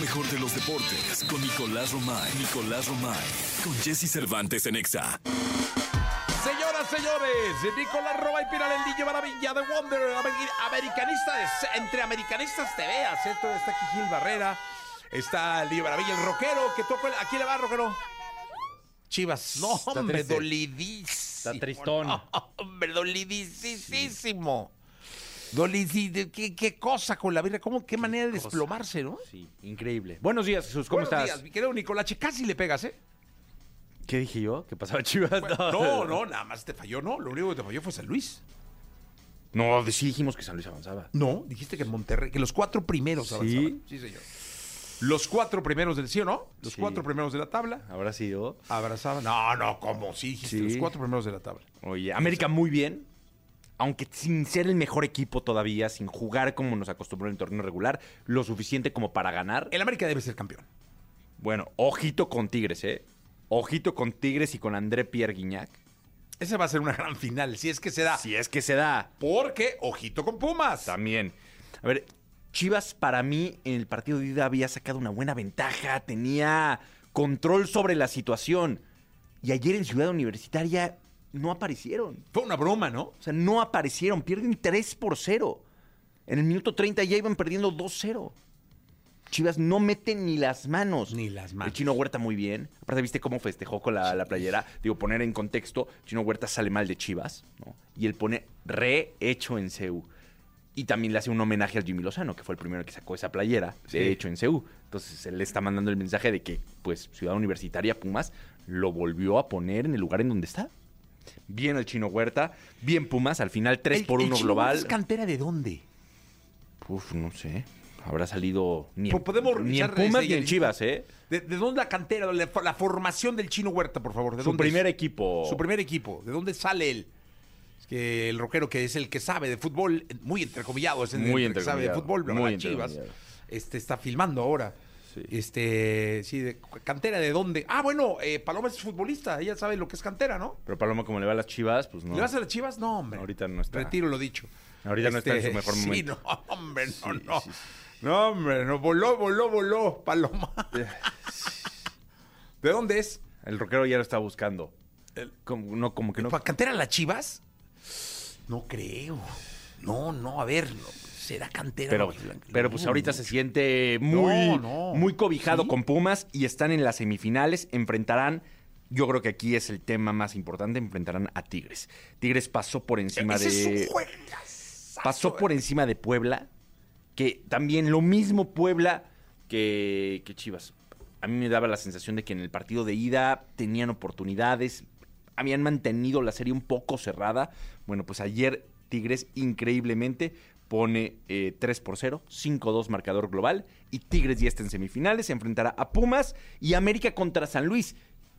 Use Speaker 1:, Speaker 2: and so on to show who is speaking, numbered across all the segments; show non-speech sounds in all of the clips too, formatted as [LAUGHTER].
Speaker 1: mejor de los deportes con Nicolás Romay. Nicolás Romay. Con Jesse Cervantes en Exa.
Speaker 2: Señoras, señores, Nicolás Romay Piral, el niño maravilla de Wonder, americanistas, entre americanistas te veas. Esto está aquí Gil Barrera, está el niño maravilla, el rockero que toca. el- ¿A quién le va, rockero? Chivas. No,
Speaker 3: Está
Speaker 2: hombre,
Speaker 3: triste.
Speaker 2: dolidísimo.
Speaker 3: Está tristón.
Speaker 2: No, hombre, dolidísimo. Dolidi- ¿Qué, qué cosa con la birra, ¿Cómo, qué manera de desplomarse, ¿no?
Speaker 3: Sí, increíble. Buenos días, Jesús, ¿cómo
Speaker 2: Buenos
Speaker 3: estás?
Speaker 2: días, mi querido Nicolache, casi le pegas,
Speaker 3: [LAUGHS]
Speaker 2: ¿eh?
Speaker 3: ¿Qué dije yo? ¿Qué pasaba Chivas?
Speaker 2: No, no, nada más te falló, no. Lo único que te falló fue San Luis.
Speaker 3: No, de- Pues sí dijimos que San Luis avanzaba.
Speaker 2: No, dijiste que Monterrey, que los cuatro primeros
Speaker 3: Sí.
Speaker 2: avanzaban. Sí, señor. Los cuatro primeros del sí o no, los
Speaker 3: Sí.
Speaker 2: cuatro primeros de la tabla
Speaker 3: Ahora sí yo.
Speaker 2: abrazaban. No, no, ¿cómo? Sí, dijiste
Speaker 3: Sí.
Speaker 2: los cuatro primeros de la tabla.
Speaker 3: Oye, América muy bien. Aunque sin ser el mejor equipo todavía, sin jugar como nos acostumbró en el torneo regular, lo suficiente como para ganar.
Speaker 2: El América debe ser campeón.
Speaker 3: Bueno, ojito con Tigres, ¿eh? Ojito con Tigres y con André Pierre Guignac.
Speaker 2: Esa va a ser una gran final, si es que se da.
Speaker 3: Si es que se da.
Speaker 2: Porque, ojito con Pumas.
Speaker 3: También. A ver, Chivas para mí en el partido de ida había sacado una buena ventaja, tenía control sobre la situación. Y ayer en Ciudad Universitaria no aparecieron.
Speaker 2: Fue una broma, ¿no?
Speaker 3: O sea, no aparecieron, pierden 3 por 0. En el minuto 30 ya iban perdiendo 2-0. Chivas no mete ni las manos.
Speaker 2: Ni las manos.
Speaker 3: El Chino Huerta muy bien. Aparte, ¿viste cómo festejó con la, la playera? Digo, poner en contexto, Chino Huerta sale mal de Chivas, ¿no? Y él pone rehecho en CEU. Y también le hace un homenaje al Jimmy Lozano, que fue el primero que sacó esa playera, de hecho, en CEU. Entonces, él le está mandando el mensaje de que, pues, Ciudad Universitaria Pumas lo volvió a poner en el lugar en donde está. Bien el Chino Huerta, bien Pumas, al final 3
Speaker 2: El-
Speaker 3: por
Speaker 2: el
Speaker 3: 1
Speaker 2: Chino
Speaker 3: global.
Speaker 2: Huerta es cantera de dónde?
Speaker 3: Uf, no sé. Habrá salido ni
Speaker 2: Pues podemos
Speaker 3: ni en
Speaker 2: revisar
Speaker 3: Pumas
Speaker 2: desde
Speaker 3: ni
Speaker 2: ya
Speaker 3: en
Speaker 2: el-
Speaker 3: Chivas, ¿eh?
Speaker 2: ¿De, de dónde la cantera, la, la formación del Chino Huerta, por favor? ¿De
Speaker 3: Su
Speaker 2: dónde
Speaker 3: primer
Speaker 2: es?
Speaker 3: equipo.
Speaker 2: Su primer equipo. ¿De dónde sale él? Es que el rockero que es el que sabe de fútbol, muy entrecomillado, es el
Speaker 3: Muy
Speaker 2: el que sabe de
Speaker 3: entrecomillado,
Speaker 2: fútbol, bla, bla,
Speaker 3: muy
Speaker 2: bla, Chivas.
Speaker 3: entrecomillado.
Speaker 2: Este está filmando ahora.
Speaker 3: Sí.
Speaker 2: Este, sí, de cantera de dónde. Ah, bueno, eh, Paloma es futbolista, ella sabe lo que es cantera, ¿no?
Speaker 3: Pero Paloma, como le va a las Chivas, pues no.
Speaker 2: ¿Le vas a las Chivas? No, hombre.
Speaker 3: Ahorita no está.
Speaker 2: Retiro lo dicho. Este,
Speaker 3: Ahorita no está en su mejor momento.
Speaker 2: [LAUGHS] Sí, no, hombre, no,
Speaker 3: Sí,
Speaker 2: no.
Speaker 3: sí, sí.
Speaker 2: No, hombre, no, voló, voló, voló, Paloma.
Speaker 3: [LAUGHS]
Speaker 2: ¿De dónde es?
Speaker 3: El rockero ya lo está buscando. Como, no, como que no.
Speaker 2: ¿Para cantera las Chivas? No creo. No, no, a ver, no, será cantera.
Speaker 3: Pero,
Speaker 2: Blanca?
Speaker 3: pero pues
Speaker 2: No,
Speaker 3: ahorita
Speaker 2: no.
Speaker 3: se siente muy,
Speaker 2: No, no.
Speaker 3: muy cobijado
Speaker 2: ¿Sí?
Speaker 3: con Pumas y están en las semifinales. Enfrentarán, yo creo que aquí es el tema más importante, enfrentarán a Tigres. Tigres pasó por encima
Speaker 2: Ese
Speaker 3: de.
Speaker 2: es un juegazazo,
Speaker 3: pasó por
Speaker 2: eh.
Speaker 3: encima de Puebla, que también lo mismo Puebla que, que Chivas. A mí me daba la sensación de que en el partido de ida tenían oportunidades, habían mantenido la serie un poco cerrada. Bueno, pues ayer Tigres increíblemente pone eh, 3 por 0, 5-2 marcador global y Tigres ya está en semifinales, se enfrentará a Pumas y América contra San Luis,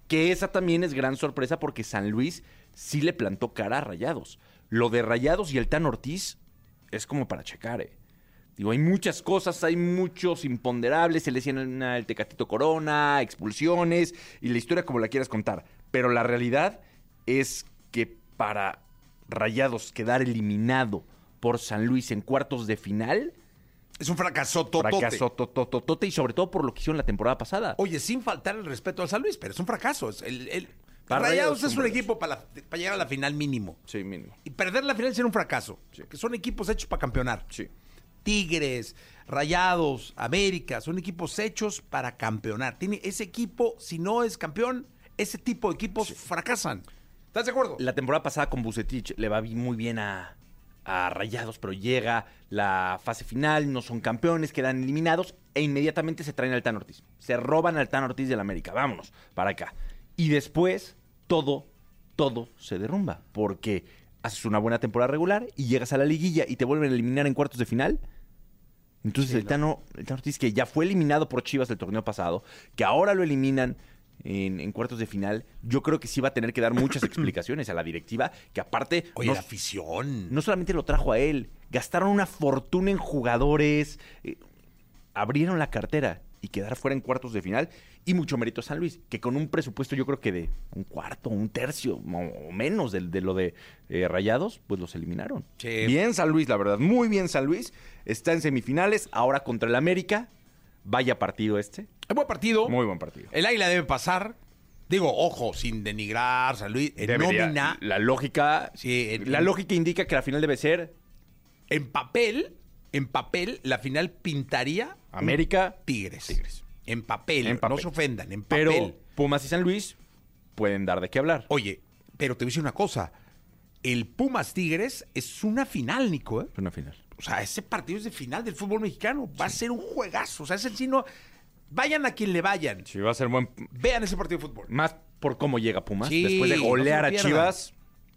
Speaker 3: que esa también es gran sorpresa porque San Luis sí le plantó cara a Rayados. Lo de Rayados y el Tan Ortiz es como para checar, ¿eh? Digo, hay muchas cosas, hay muchos imponderables, se le decían al Tecatito Corona, expulsiones, y la historia como la quieras contar. Pero la realidad es que para Rayados quedar eliminado por San Luis en cuartos de final,
Speaker 2: Es un fracaso
Speaker 3: fracasó totototote, y sobre todo por lo que hicieron la temporada pasada.
Speaker 2: Oye, sin faltar el respeto al San Luis, pero es un fracaso. Es el, el-
Speaker 3: Para
Speaker 2: Rayados
Speaker 3: Rayados
Speaker 2: es un
Speaker 3: son
Speaker 2: equipo para, la- para llegar a la final mínimo.
Speaker 3: Sí, mínimo.
Speaker 2: Y perder la final será un fracaso.
Speaker 3: Sí.
Speaker 2: Que son equipos hechos para campeonar.
Speaker 3: Sí.
Speaker 2: Tigres, Rayados, América, son equipos hechos para campeonar. Tiene ese equipo, si no es campeón, ese tipo de equipos fracasan. ¿Estás de acuerdo?
Speaker 3: La temporada pasada con Bucetich le va bi- muy bien a, a Rayados, pero llega la fase final, no son campeones, quedan eliminados e inmediatamente se traen al Tan Ortiz. Se roban al Tan Ortiz del América. Vámonos para acá. Y después todo, todo se derrumba porque haces una buena temporada regular y llegas a la liguilla y te vuelven a eliminar en cuartos de final. Entonces el, Tano, el Tano Ortiz, que ya fue eliminado por Chivas el torneo pasado, que ahora lo eliminan en, en cuartos de final, yo creo que sí va a tener que dar muchas explicaciones a la directiva, que aparte
Speaker 2: Oye,
Speaker 3: no,
Speaker 2: la afición.
Speaker 3: no solamente lo trajo a él, gastaron una fortuna en jugadores, eh, abrieron la cartera y quedar fuera en cuartos de final, y mucho mérito a San Luis, que con un presupuesto yo creo que de un cuarto, un tercio o o menos de, de lo de eh, Rayados, pues los eliminaron.
Speaker 2: Sí.
Speaker 3: Bien San Luis, la verdad, muy bien San Luis, está en semifinales, ahora contra el América.
Speaker 4: Vaya partido este.
Speaker 2: Es buen partido.
Speaker 4: Muy buen partido.
Speaker 2: El Águila debe pasar. Digo, ojo, sin denigrar, San Luis, en
Speaker 4: Debería.
Speaker 2: Eh, nómina,
Speaker 4: La lógica.
Speaker 2: Sí, en-
Speaker 4: la
Speaker 2: en-
Speaker 4: lógica indica que la final debe ser
Speaker 2: en papel, en papel, la final pintaría un
Speaker 4: América.
Speaker 2: Tigres. En papel,
Speaker 4: En papel.
Speaker 2: no se ofendan, en papel.
Speaker 4: Pero Pumas y San Luis pueden dar de qué hablar.
Speaker 2: Oye, pero te voy a decir una cosa. El Pumas Tigres es una final, Nico. ¿eh?
Speaker 4: Es una final.
Speaker 2: O sea, ese partido es de final del fútbol mexicano. Va a ser un juegazo. O sea, es el sino. Vayan a quien le vayan.
Speaker 4: Sí, va a ser buen.
Speaker 2: Vean ese partido de fútbol.
Speaker 4: Más por cómo llega Pumas.
Speaker 2: Sí,
Speaker 4: después de
Speaker 2: no se lo
Speaker 4: golear a
Speaker 2: pierdan.
Speaker 4: Chivas.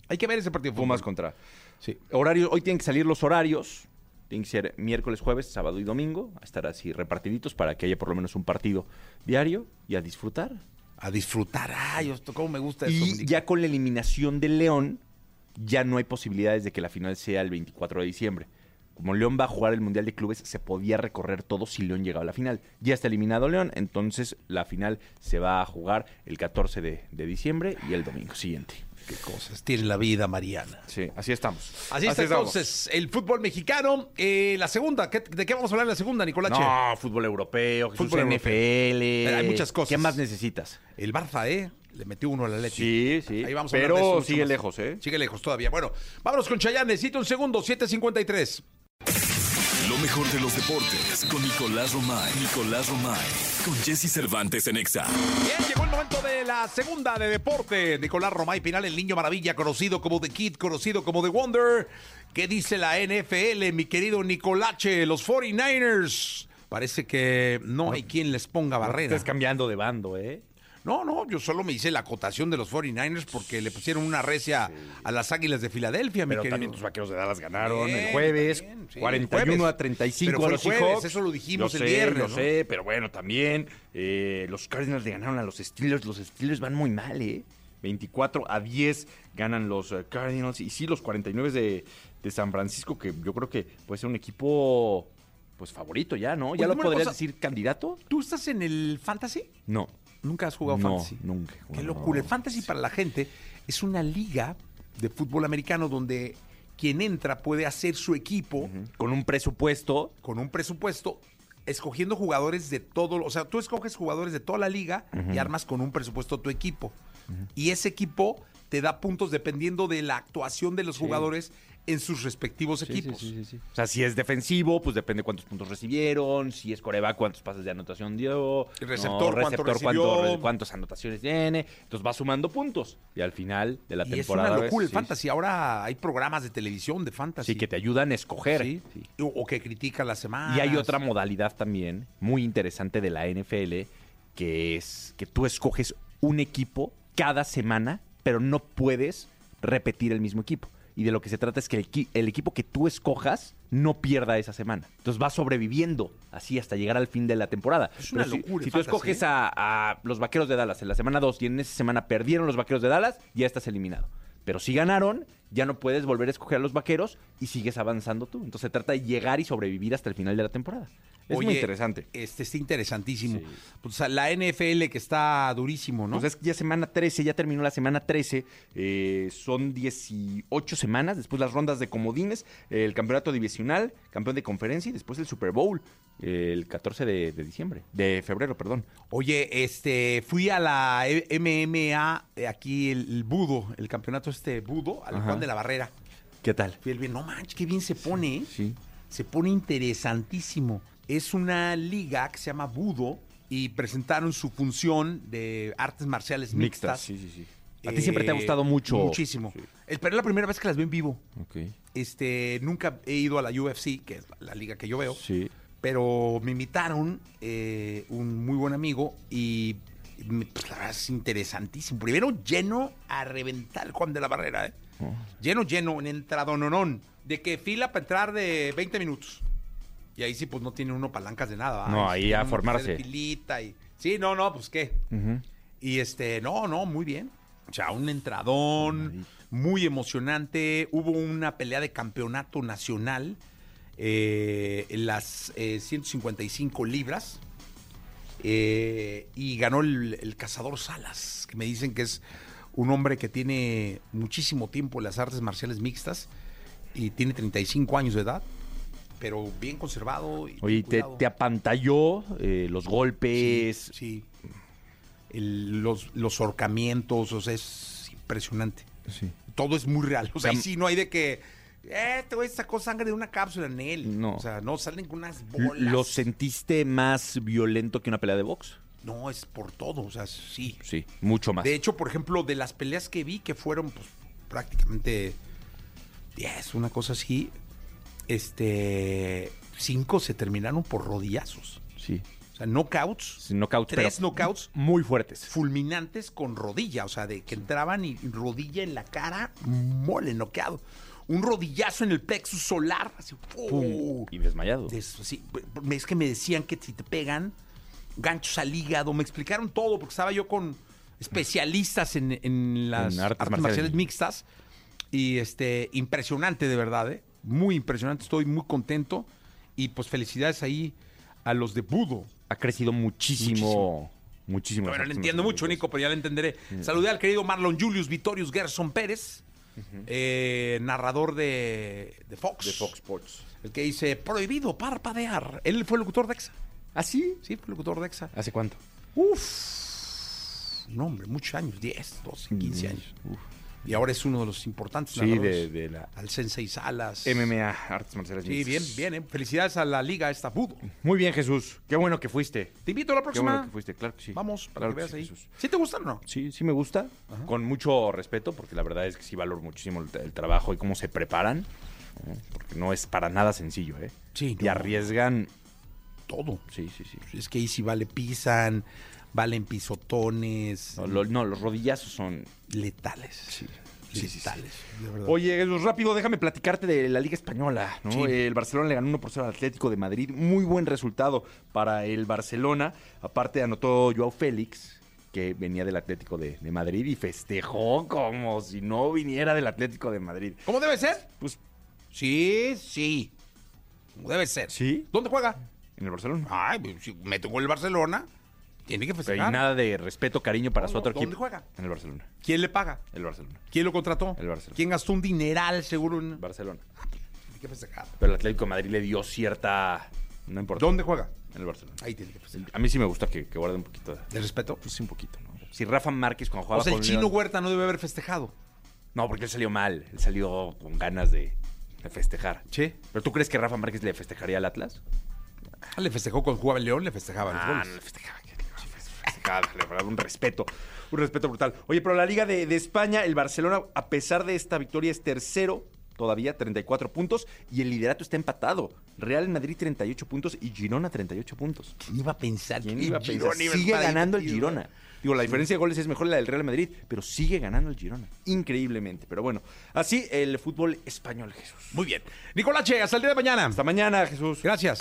Speaker 2: Hay que ver ese partido de fútbol.
Speaker 4: Pumas contra.
Speaker 2: Sí.
Speaker 4: Horario, hoy tienen que salir los horarios. Tienen que ser miércoles, jueves, sábado y domingo. A estar así repartiditos para que haya por lo menos un partido diario y a disfrutar.
Speaker 2: A disfrutar. Ay, esto, cómo me gusta eso.
Speaker 4: Y
Speaker 2: Nico.
Speaker 4: ya con la eliminación del León, ya no hay posibilidades de que la final sea el 24 de diciembre. Como León va a jugar el Mundial de Clubes, se podía recorrer todo si León llegaba a la final. Ya está eliminado León, entonces la final se va a jugar el 14 de, de diciembre y el domingo siguiente.
Speaker 2: Qué cosas tiene la vida, Mariana.
Speaker 4: Sí, así estamos.
Speaker 2: Así está entonces el fútbol mexicano. Eh, la segunda, ¿qué- ¿de qué vamos a hablar en la segunda, Nicolache?
Speaker 4: No, fútbol europeo, Jesús,
Speaker 2: Fútbol
Speaker 4: NFL.
Speaker 2: Hay muchas cosas.
Speaker 4: ¿Qué más necesitas?
Speaker 2: El Barça, ¿eh? Le metió uno a la Leti.
Speaker 4: Sí, sí.
Speaker 2: Ahí vamos a
Speaker 4: Pero
Speaker 2: hablar de eso mucho
Speaker 4: sigue
Speaker 2: más.
Speaker 4: lejos, ¿eh?
Speaker 2: Sigue lejos todavía. Bueno, vámonos con Chayanne. Necesito un segundo, 7.53.
Speaker 1: Lo mejor de los deportes con Nicolás Romay. Nicolás Romay. Con Jesse Cervantes en Exa.
Speaker 2: Bien, llegó el momento de la segunda de deporte. Nicolás Romay Pinal, el niño maravilla, conocido como The Kid, conocido como The Wonder. ¿Qué dice la NFL, mi querido Nicolache? Los 49ers. Parece que no hay quien les ponga barrera.
Speaker 4: Estás cambiando de bando, ¿eh?
Speaker 2: No, no, yo solo me hice la acotación de los 49ers porque le pusieron una recia a las Águilas de Filadelfia, mi
Speaker 4: Pero
Speaker 2: querido.
Speaker 4: también tus vaqueros de Dallas ganaron
Speaker 2: Bien,
Speaker 4: el jueves,
Speaker 2: también, sí,
Speaker 4: 41
Speaker 2: el jueves.
Speaker 4: a 35
Speaker 2: Pero fue
Speaker 4: a los
Speaker 2: el jueves,
Speaker 4: Seahawks.
Speaker 2: eso lo dijimos
Speaker 4: Yo
Speaker 2: el
Speaker 4: sé,
Speaker 2: viernes,
Speaker 4: Lo
Speaker 2: ¿no?
Speaker 4: sé, pero bueno, también eh, los Cardinals le ganaron a los Steelers. Los Steelers van muy mal, ¿eh? 24 a 10 ganan los eh, Cardinals. Y sí, los 49 de, de San Francisco, que yo creo que puede ser un equipo pues favorito ya, ¿no?
Speaker 2: Oye,
Speaker 4: ¿Ya lo
Speaker 2: dime una
Speaker 4: podrías
Speaker 2: cosa.
Speaker 4: decir candidato?
Speaker 2: ¿Tú estás en el fantasy?
Speaker 4: No.
Speaker 2: Nunca has jugado
Speaker 4: No,
Speaker 2: fantasy.
Speaker 4: nunca he
Speaker 2: Qué
Speaker 4: jugado
Speaker 2: locura. El fantasy para la gente es una liga de fútbol americano donde quien entra puede hacer su equipo
Speaker 4: Con un presupuesto
Speaker 2: con un presupuesto escogiendo jugadores de todo, o sea, tú escoges jugadores de toda la liga y armas con un presupuesto tu equipo. Y ese equipo te da puntos dependiendo de la actuación de los jugadores en sus respectivos equipos.
Speaker 4: O sea, si es defensivo, pues depende cuántos puntos recibieron. Si es coreback, cuántos pases de anotación dio.
Speaker 2: El receptor, cuánto recibió.
Speaker 4: cuánto- cuántas anotaciones tiene. Entonces va sumando puntos. Y al final de la
Speaker 2: Y es una
Speaker 4: temporada.
Speaker 2: locura el
Speaker 4: sí,
Speaker 2: fantasy. Ahora hay programas de televisión de fantasy.
Speaker 4: Sí, que te ayudan a escoger.
Speaker 2: Sí. O, o que critican la semana.
Speaker 4: Y hay otra modalidad también muy interesante de la NFL, que es que tú escoges un equipo cada semana, pero no puedes repetir el mismo equipo. Y de lo que se trata es que el, equi- el equipo que tú escojas no pierda esa semana. Entonces va sobreviviendo así hasta llegar al fin de la temporada.
Speaker 2: Es una
Speaker 4: Pero si-
Speaker 2: locura,
Speaker 4: Si, tú
Speaker 2: fantasy,
Speaker 4: escoges
Speaker 2: ¿eh?
Speaker 4: a, a los Vaqueros de Dallas en la semana 2 y en esa semana perdieron los Vaqueros de Dallas, ya estás eliminado. Pero si ganaron, ya no puedes volver a escoger a los Vaqueros y sigues avanzando tú. Entonces se trata de llegar y sobrevivir hasta el final de la temporada. Es muy
Speaker 2: Oye,
Speaker 4: interesante.
Speaker 2: Este está interesantísimo.
Speaker 4: Sí.
Speaker 2: Pues, o sea, la NFL que está durísimo, ¿no?
Speaker 4: Pues es que ya semana 13, ya terminó la semana 13, eh, son 18 semanas, después las rondas de comodines, el campeonato divisional, campeón de conferencia y después el Super Bowl, eh, el 14 de, de diciembre, de febrero, perdón.
Speaker 2: Oye, este, fui a la E- MMA, eh, aquí el, el budo, el campeonato este budo, al
Speaker 4: Ajá.
Speaker 2: Juan de la Barrera.
Speaker 4: ¿Qué tal?
Speaker 2: Fui el bien, no manches, qué bien se pone, ¿eh?
Speaker 4: Sí.
Speaker 2: se pone interesantísimo. Es una liga que se llama budo y presentaron su función de artes marciales mixtas. Eh,
Speaker 4: Sí, sí, sí. A ti siempre te ha gustado mucho.
Speaker 2: Muchísimo. El, pero es la primera vez que las veo en vivo.
Speaker 4: Ok.
Speaker 2: Este, nunca he ido a la UFC, que es la liga que yo veo.
Speaker 4: Sí.
Speaker 2: pero me invitaron eh, un muy buen amigo y me- pues, la verdad es interesantísimo. Primero lleno a reventar el Juan de la Barrera, ¿eh?
Speaker 4: Oh.
Speaker 2: Lleno, lleno, en entradononón. De que fila para entrar de 20 minutos. Y ahí sí, pues no tiene uno palancas de nada. ¿va?
Speaker 4: No,
Speaker 2: Sí,
Speaker 4: ahí
Speaker 2: tiene
Speaker 4: a
Speaker 2: uno que
Speaker 4: formarse.
Speaker 2: hacer Filita y... Sí, no, no, pues qué. Y este, no, no, muy bien. O sea, un entradón, muy emocionante. Hubo una pelea de campeonato nacional eh, en las eh, 155 libras. eh, y ganó el, el cazador Salas, que me dicen que es un hombre que tiene muchísimo tiempo en las artes marciales mixtas y tiene 35 años de edad. pero bien conservado. y
Speaker 4: Oye, y te,
Speaker 2: cuidado.
Speaker 4: te apantalló eh, los golpes.
Speaker 2: Sí. El- los, los horcamientos, o sea, es impresionante.
Speaker 4: Sí.
Speaker 2: Todo es muy real. O sea,
Speaker 4: O sea,
Speaker 2: ahí sí no hay de que. Eh, te voy a sacar sangre de una cápsula en él.
Speaker 4: No.
Speaker 2: O sea, no salen con unas
Speaker 4: L-
Speaker 2: bolas.
Speaker 4: ¿Lo sentiste más violento que una pelea de box?
Speaker 2: No, es por todo. O sea, sí.
Speaker 4: Sí, mucho más.
Speaker 2: De hecho, por ejemplo, de las peleas que vi, que fueron pues, prácticamente 10, una cosa así, este, cinco se terminaron por rodillazos.
Speaker 4: sí.
Speaker 2: O sea, knockouts,
Speaker 4: Sí, knockouts,
Speaker 2: tres
Speaker 4: pero
Speaker 2: knockouts
Speaker 4: muy fuertes.
Speaker 2: fulminantes con rodilla, o sea, de que entraban y rodilla en la cara, mole, noqueado. Un rodillazo en el plexus solar, así, ¡fu!
Speaker 4: Pum, Y desmayado.
Speaker 2: De eso, sí. Me- Es que me decían que si te pegan, ganchos al hígado. Me explicaron todo porque estaba yo con especialistas en, en las
Speaker 4: En
Speaker 2: artes,
Speaker 4: artes
Speaker 2: marciales.
Speaker 4: marciales.
Speaker 2: mixtas. Y este, impresionante de verdad, ¿eh? Muy impresionante. Estoy muy contento. Y pues felicidades ahí a los de Budo.
Speaker 4: Ha crecido muchísimo. Muchísimo. las
Speaker 2: Bueno, le
Speaker 4: artes
Speaker 2: entiendo
Speaker 4: marciales
Speaker 2: mucho,
Speaker 4: mixtas.
Speaker 2: Nico, pero ya le entenderé.
Speaker 4: Mm.
Speaker 2: Saludé al querido Marlon Julius Vitorius Gerson Pérez, eh, narrador de, de Fox.
Speaker 4: De Fox Sports.
Speaker 2: El que dice, prohibido parpadear. Él fue locutor de EXA.
Speaker 4: ¿Ah, sí?
Speaker 2: Sí, fue locutor de EXA.
Speaker 4: ¿Hace cuánto?
Speaker 2: Uf. No, hombre, muchos años, 10, 12, 15 años. Y ahora es uno de los importantes
Speaker 4: Mm. Sí,
Speaker 2: narradores.
Speaker 4: de- de la-
Speaker 2: Al Sensei Salas.
Speaker 4: MMA, artes marciales
Speaker 2: Sí, bien,
Speaker 4: mixtas.
Speaker 2: bien. ¿eh? Felicidades a la liga esta Budo.
Speaker 4: Muy bien, Jesús. Qué bueno que fuiste.
Speaker 2: Te invito a la
Speaker 4: Qué
Speaker 2: próxima.
Speaker 4: bueno que fuiste, claro que sí.
Speaker 2: Vamos, para
Speaker 4: Claro
Speaker 2: que veas
Speaker 4: sí,
Speaker 2: ahí.
Speaker 4: Jesús.
Speaker 2: ¿Sí te gustan o no?
Speaker 4: Sí, sí me gusta, con mucho respeto, porque la verdad es que sí valoro muchísimo el, el trabajo y cómo se preparan, ¿eh? porque no es para nada sencillo, ¿eh?
Speaker 2: Sí,
Speaker 4: Y
Speaker 2: no.
Speaker 4: arriesgan,
Speaker 2: Todo.
Speaker 4: sí, sí, sí.
Speaker 2: Es que ahí sí vale pisan, valen pisotones,
Speaker 4: No, lo- no, los rodillazos son...
Speaker 2: letales.
Speaker 4: sí, sí, sí.
Speaker 2: Letales, de verdad.
Speaker 4: Oye, Jesús, rápido, déjame platicarte de la Liga Española, ¿no?
Speaker 2: Sí.
Speaker 4: El Barcelona le ganó 1 por 0 al Atlético de Madrid, muy buen resultado para el Barcelona, aparte anotó Joao Félix, que venía del Atlético de- de Madrid y festejó como si no viniera del Atlético de Madrid.
Speaker 2: ¿Cómo debe ser?
Speaker 4: Pues
Speaker 2: Sí, sí. Como debe ser.
Speaker 4: sí,
Speaker 2: ¿Dónde juega?
Speaker 4: en el Barcelona.
Speaker 2: Ay, pues, si me tocó el Barcelona. Tiene que
Speaker 4: Pero hay
Speaker 2: festejar.
Speaker 4: nada de respeto, cariño para
Speaker 2: No,
Speaker 4: su
Speaker 2: no,
Speaker 4: otro
Speaker 2: pues ¿dónde
Speaker 4: equipo.
Speaker 2: juega?
Speaker 4: En el Barcelona.
Speaker 2: ¿Quién le paga?
Speaker 4: El Barcelona.
Speaker 2: ¿Quién lo contrató?
Speaker 4: El Barcelona.
Speaker 2: ¿Quién gastó un dineral seguro en...
Speaker 4: Barcelona.
Speaker 2: Tiene que festejar.
Speaker 4: Pero el Atlético de Madrid le dio cierta. No importa.
Speaker 2: ¿Dónde juega?
Speaker 4: En el Barcelona.
Speaker 2: Ahí tiene que festejar.
Speaker 4: A mí sí me gusta que, que guarde un poquito. de-
Speaker 2: ¿De respeto?
Speaker 4: Pues sí, un poquito, ¿no? Si Rafa Márquez cuando jugaba
Speaker 2: O sea, el
Speaker 4: con
Speaker 2: chino
Speaker 4: León-
Speaker 2: Huerta no debe haber festejado.
Speaker 4: No, porque él salió mal. Él salió con ganas de, de festejar.
Speaker 2: Che.
Speaker 4: ¿Pero tú crees que Rafa Márquez le festejaría al Atlas?
Speaker 2: Ah, le festejó con jugaba el León, le festejaba los
Speaker 4: Ah,
Speaker 2: goles.
Speaker 4: no le festejaba. que le festejaba, le festejaba, un respeto, un respeto brutal. Oye, pero la Liga de, de España, el Barcelona, a pesar de esta victoria, es tercero todavía, 34 puntos, y el liderato está empatado. Real Madrid 38 puntos y Girona 38 puntos.
Speaker 2: ¿Quién iba a pensar?
Speaker 4: ¿Quién
Speaker 2: que
Speaker 4: iba a
Speaker 2: el
Speaker 4: pensar?
Speaker 2: Girona iba a
Speaker 4: Sigue
Speaker 2: estar ahí
Speaker 4: ganando el
Speaker 2: metido?
Speaker 4: Girona. Digo, la diferencia de goles es mejor la del Real Madrid, pero sigue ganando el Girona. Increíblemente. Pero bueno, así el fútbol español, Jesús.
Speaker 2: Muy bien. Nicolache, hasta el día de mañana.
Speaker 4: Hasta mañana, Jesús.
Speaker 2: Gracias.